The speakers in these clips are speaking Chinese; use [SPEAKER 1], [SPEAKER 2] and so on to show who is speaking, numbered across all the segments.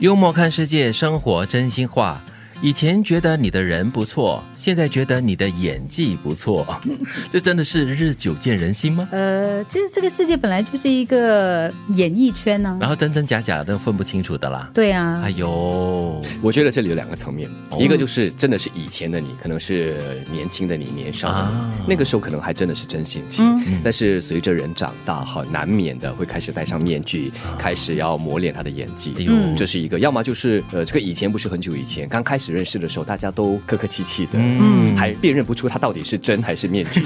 [SPEAKER 1] 幽默看世界，生活真心话。以前觉得你的人不错，现在觉得你的演技不错， 这真的是日久见人心吗？
[SPEAKER 2] 呃，就是这个世界本来就是一个演艺圈呐、
[SPEAKER 1] 然后真真假假都分不清楚的啦。
[SPEAKER 2] 对啊
[SPEAKER 1] 哎，呦，
[SPEAKER 3] 我觉得这里有两个层面，
[SPEAKER 1] 哦
[SPEAKER 3] 一个就是真的是以前的你，可能是年轻的你、年少的
[SPEAKER 1] 啊嗯
[SPEAKER 3] 你，那个时候可能还真的是真性情。但是随着人长大哈，难免的会开始戴上面具，开始要磨练他的演技
[SPEAKER 1] 啊哎呦。
[SPEAKER 3] 这是一个，要么就是呃，这个以前不是很久以前，刚开始认识的时候，大家都客客气气的，
[SPEAKER 1] 嗯
[SPEAKER 3] 还辨认不出他到底是真还是面具，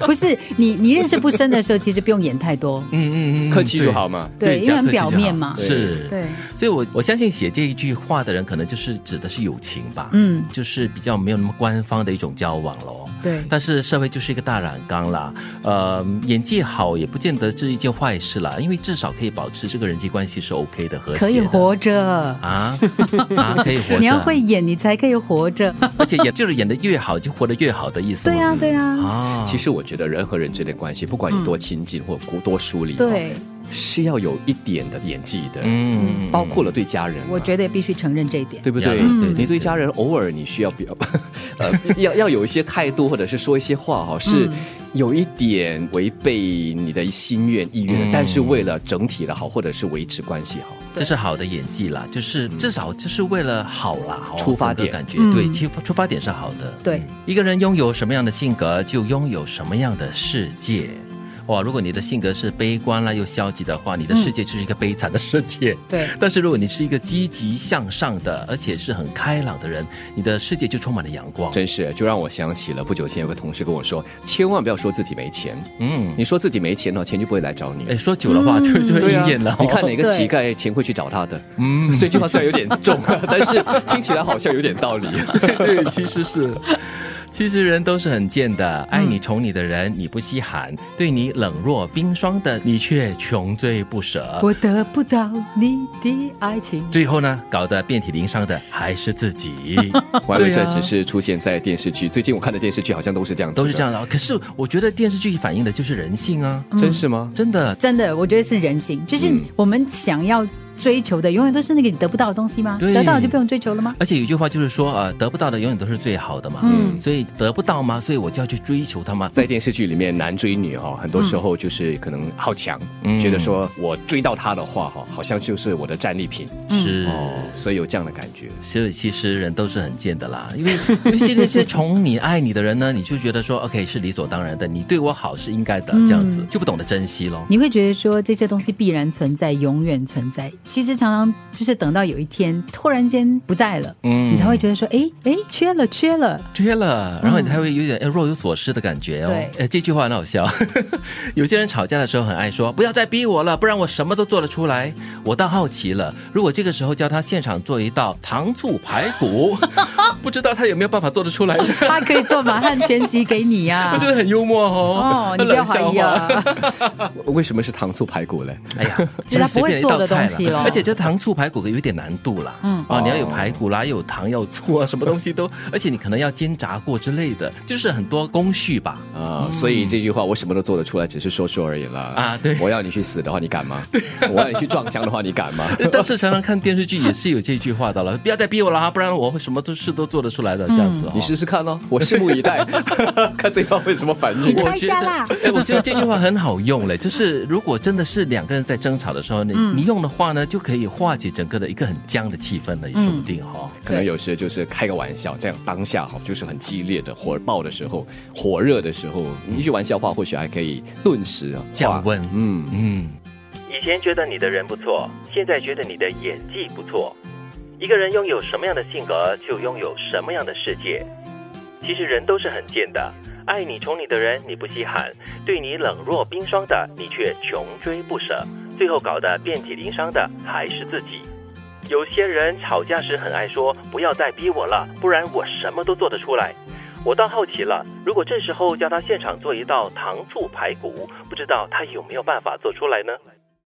[SPEAKER 2] 不是你，你认识不深的时候，其实不用演 太多，
[SPEAKER 1] 嗯嗯嗯
[SPEAKER 3] 客气就
[SPEAKER 1] 对
[SPEAKER 3] 好嘛。
[SPEAKER 2] 对，因
[SPEAKER 1] 这样
[SPEAKER 2] 为很
[SPEAKER 1] 客气就
[SPEAKER 2] 表
[SPEAKER 1] 好
[SPEAKER 2] 面嘛。
[SPEAKER 1] 是，
[SPEAKER 2] 对，
[SPEAKER 1] 所以我我相信写这一句话的人，可能就是指的是友情吧，
[SPEAKER 2] 嗯，
[SPEAKER 1] 就是比较没有那么官方的一种交往喽。
[SPEAKER 2] 对，
[SPEAKER 1] 但是社会就是一个大染缸啦，呃，演技好也不见得是一件坏事啦，因为至少可以保持这个人际关系是 OK 的和谐的。
[SPEAKER 2] 可以活着。
[SPEAKER 1] 啊 啊，可以活着。
[SPEAKER 2] 你要会，演，你才可以活 着。
[SPEAKER 1] 而且演就是演的越好，就活得越好的意思嘛。
[SPEAKER 2] 对呀，对呀，
[SPEAKER 1] 啊，
[SPEAKER 3] 其实我觉得人和人之间的关系，不管你
[SPEAKER 1] 嗯
[SPEAKER 3] 多亲近或多疏离，
[SPEAKER 2] 对，，
[SPEAKER 3] 是要有一点的演技的，
[SPEAKER 1] 嗯，
[SPEAKER 3] 包括了对家人啊。
[SPEAKER 2] 我觉得也必须承认这一点。
[SPEAKER 3] 对不对？
[SPEAKER 1] 呀对对
[SPEAKER 3] 你对家人偶尔你需要表， 呃， 要要有一些态度，或者是说一些话哈，是
[SPEAKER 2] 嗯
[SPEAKER 3] 有一点违背你的心愿意愿的，
[SPEAKER 1] 嗯
[SPEAKER 3] 但是为了整体的好，或者是维持关系好，
[SPEAKER 1] 这是好的演技啦，就是至少就是为了好啦，好
[SPEAKER 3] 嗯出发点
[SPEAKER 1] 整个感觉
[SPEAKER 2] 嗯
[SPEAKER 1] 对，其实出发点是好的。
[SPEAKER 2] 对
[SPEAKER 1] 嗯，一个人拥有什么样的性格，就拥有什么样的世界。哇，如果你的性格是悲观啦又消极的话，你
[SPEAKER 2] 嗯
[SPEAKER 1] 的世界就是一个悲惨的世界。
[SPEAKER 2] 对，
[SPEAKER 1] 但是如果你是一个积极向上的，而且是很开朗的人，你的世界就充满了阳光。
[SPEAKER 3] 真是就让我想起了不久前有个同事跟我说，千万不要说自己没钱，
[SPEAKER 1] 嗯，
[SPEAKER 3] 你说自己没钱呢，钱就不会来找你。
[SPEAKER 1] 哎，说久的话就就会
[SPEAKER 3] 对啊
[SPEAKER 1] 应验了哦。
[SPEAKER 3] 你看哪个
[SPEAKER 2] 对
[SPEAKER 3] 乞丐钱会去找他的？ 嗯，所以这话虽然有点重，啊但是听起来好像有点 道理。
[SPEAKER 1] 对，其实是。其实人都是很贱的，爱你宠你的人你不稀罕，对你冷若冰霜的你却穷追不舍，
[SPEAKER 2] 我得不到你的爱情。
[SPEAKER 1] 最后呢，搞得遍体鳞伤的还是自己，
[SPEAKER 3] 我还以为
[SPEAKER 1] 对
[SPEAKER 3] 这
[SPEAKER 1] 啊
[SPEAKER 3] 只是出现在电视剧，最近我看的电视剧好像都是这样子，
[SPEAKER 1] 都是这，样的。可是我觉得电视剧反映的就是人性啊，
[SPEAKER 3] 真是吗？
[SPEAKER 1] 真的。
[SPEAKER 2] 真的，我觉得是人性，就是
[SPEAKER 3] 嗯
[SPEAKER 2] 我们想要追求的，永远都是那个你得不到的东西吗？
[SPEAKER 1] 对
[SPEAKER 2] 得到了就不用追求了吗？
[SPEAKER 1] 而且有句话就是说，呃，得不到的永远都是最好的嘛，
[SPEAKER 2] 嗯
[SPEAKER 1] 所以得不到嘛，所以我就要去追求它嘛。
[SPEAKER 3] 在电视剧里面，男追女哦哈，很多时候就是可能好强，
[SPEAKER 1] 嗯
[SPEAKER 3] 觉得说我追到他的话哈，好像就是我的战利品
[SPEAKER 1] 是。
[SPEAKER 3] 哦，所以有这样的感觉。
[SPEAKER 1] 所以其实人都是很贱的啦，因为因为现在些宠你爱你的人呢，你就觉得说 OK 是理所当然的，你对我好是应该的，这样子就不懂得珍惜咯。
[SPEAKER 2] 你会觉得说这些东西必然存在，永远存在。其实常常就是等到有一天突然间不在了，
[SPEAKER 1] 嗯
[SPEAKER 2] 你才会觉得说，哎哎，缺了 缺了。
[SPEAKER 1] 缺了，然后你才会有点哎若有所思的感觉哦。
[SPEAKER 2] 嗯对
[SPEAKER 1] 呃，这句话很好笑。 有些人吵架的时候很爱说“不要再逼我了，不然我什么都做得出来”。我倒好奇了，如果这个时候叫他现场做一道糖醋排 骨，不知道他有没有办法做得出来呢？
[SPEAKER 2] 他可以做满汉全席给你呀、
[SPEAKER 1] 我觉得很幽默哦。
[SPEAKER 2] 哦，你不要怀疑
[SPEAKER 1] 冷笑话
[SPEAKER 2] 啊。
[SPEAKER 3] 为什么是糖醋排骨嘞？
[SPEAKER 1] 哎呀，
[SPEAKER 2] 就是
[SPEAKER 1] 真
[SPEAKER 2] 哦他
[SPEAKER 1] 是
[SPEAKER 2] 不会
[SPEAKER 1] 变成一道
[SPEAKER 2] 做的
[SPEAKER 1] 菜
[SPEAKER 2] 东西
[SPEAKER 1] 了
[SPEAKER 2] 咯哦
[SPEAKER 1] 而且这糖醋排骨有点难度啦。嗯，啊，你要有排骨啦，又有糖，要有醋啊，什么东西都，而且你可能要煎炸过之类的，就是很多工序吧。
[SPEAKER 3] 啊、所以这句话我什么都做得出来，只是说说而已啦。
[SPEAKER 1] 啊对
[SPEAKER 3] 我要你去死的话，你敢吗？我要你去撞墙的话，你敢 吗？
[SPEAKER 1] 但是常常看电视剧也是有这句话的了，不要再逼我了啊，不然我会什么都事都做得出来的这样子、哦。
[SPEAKER 3] 你试试看哦，我拭目以待， 看对方会什么反应。
[SPEAKER 2] 拆下啦
[SPEAKER 1] 我觉得哎，我觉得这句话很好用嘞， 就是如果真的是两个人在争吵的时候，你、
[SPEAKER 2] 嗯
[SPEAKER 1] 你用的话呢，就可以化解整个的一个很僵的气氛了，也说不定哈、哦。
[SPEAKER 3] 可能有时就是开个玩笑，这样当下哈，就是很激烈的、火爆的时候、火热的时候，一句玩笑话或许还可以顿时啊
[SPEAKER 1] 降。温，
[SPEAKER 3] 化嗯，
[SPEAKER 1] 嗯。
[SPEAKER 4] 以前觉得你的人不错，现在觉得你的演技不错。一个人拥有什么样的性格，就拥有什么样的世界。其实人都是很贱的，爱你宠你的人你不稀罕，对你冷若冰霜的你却穷追不舍，最后搞得遍体鳞伤的还是自己。有些人吵架时很爱说“不要再逼我了，不然我什么都做得出来”。我倒好奇了，如果这时候叫他现场做一道糖醋排骨，不知道他有没有办法做出来呢？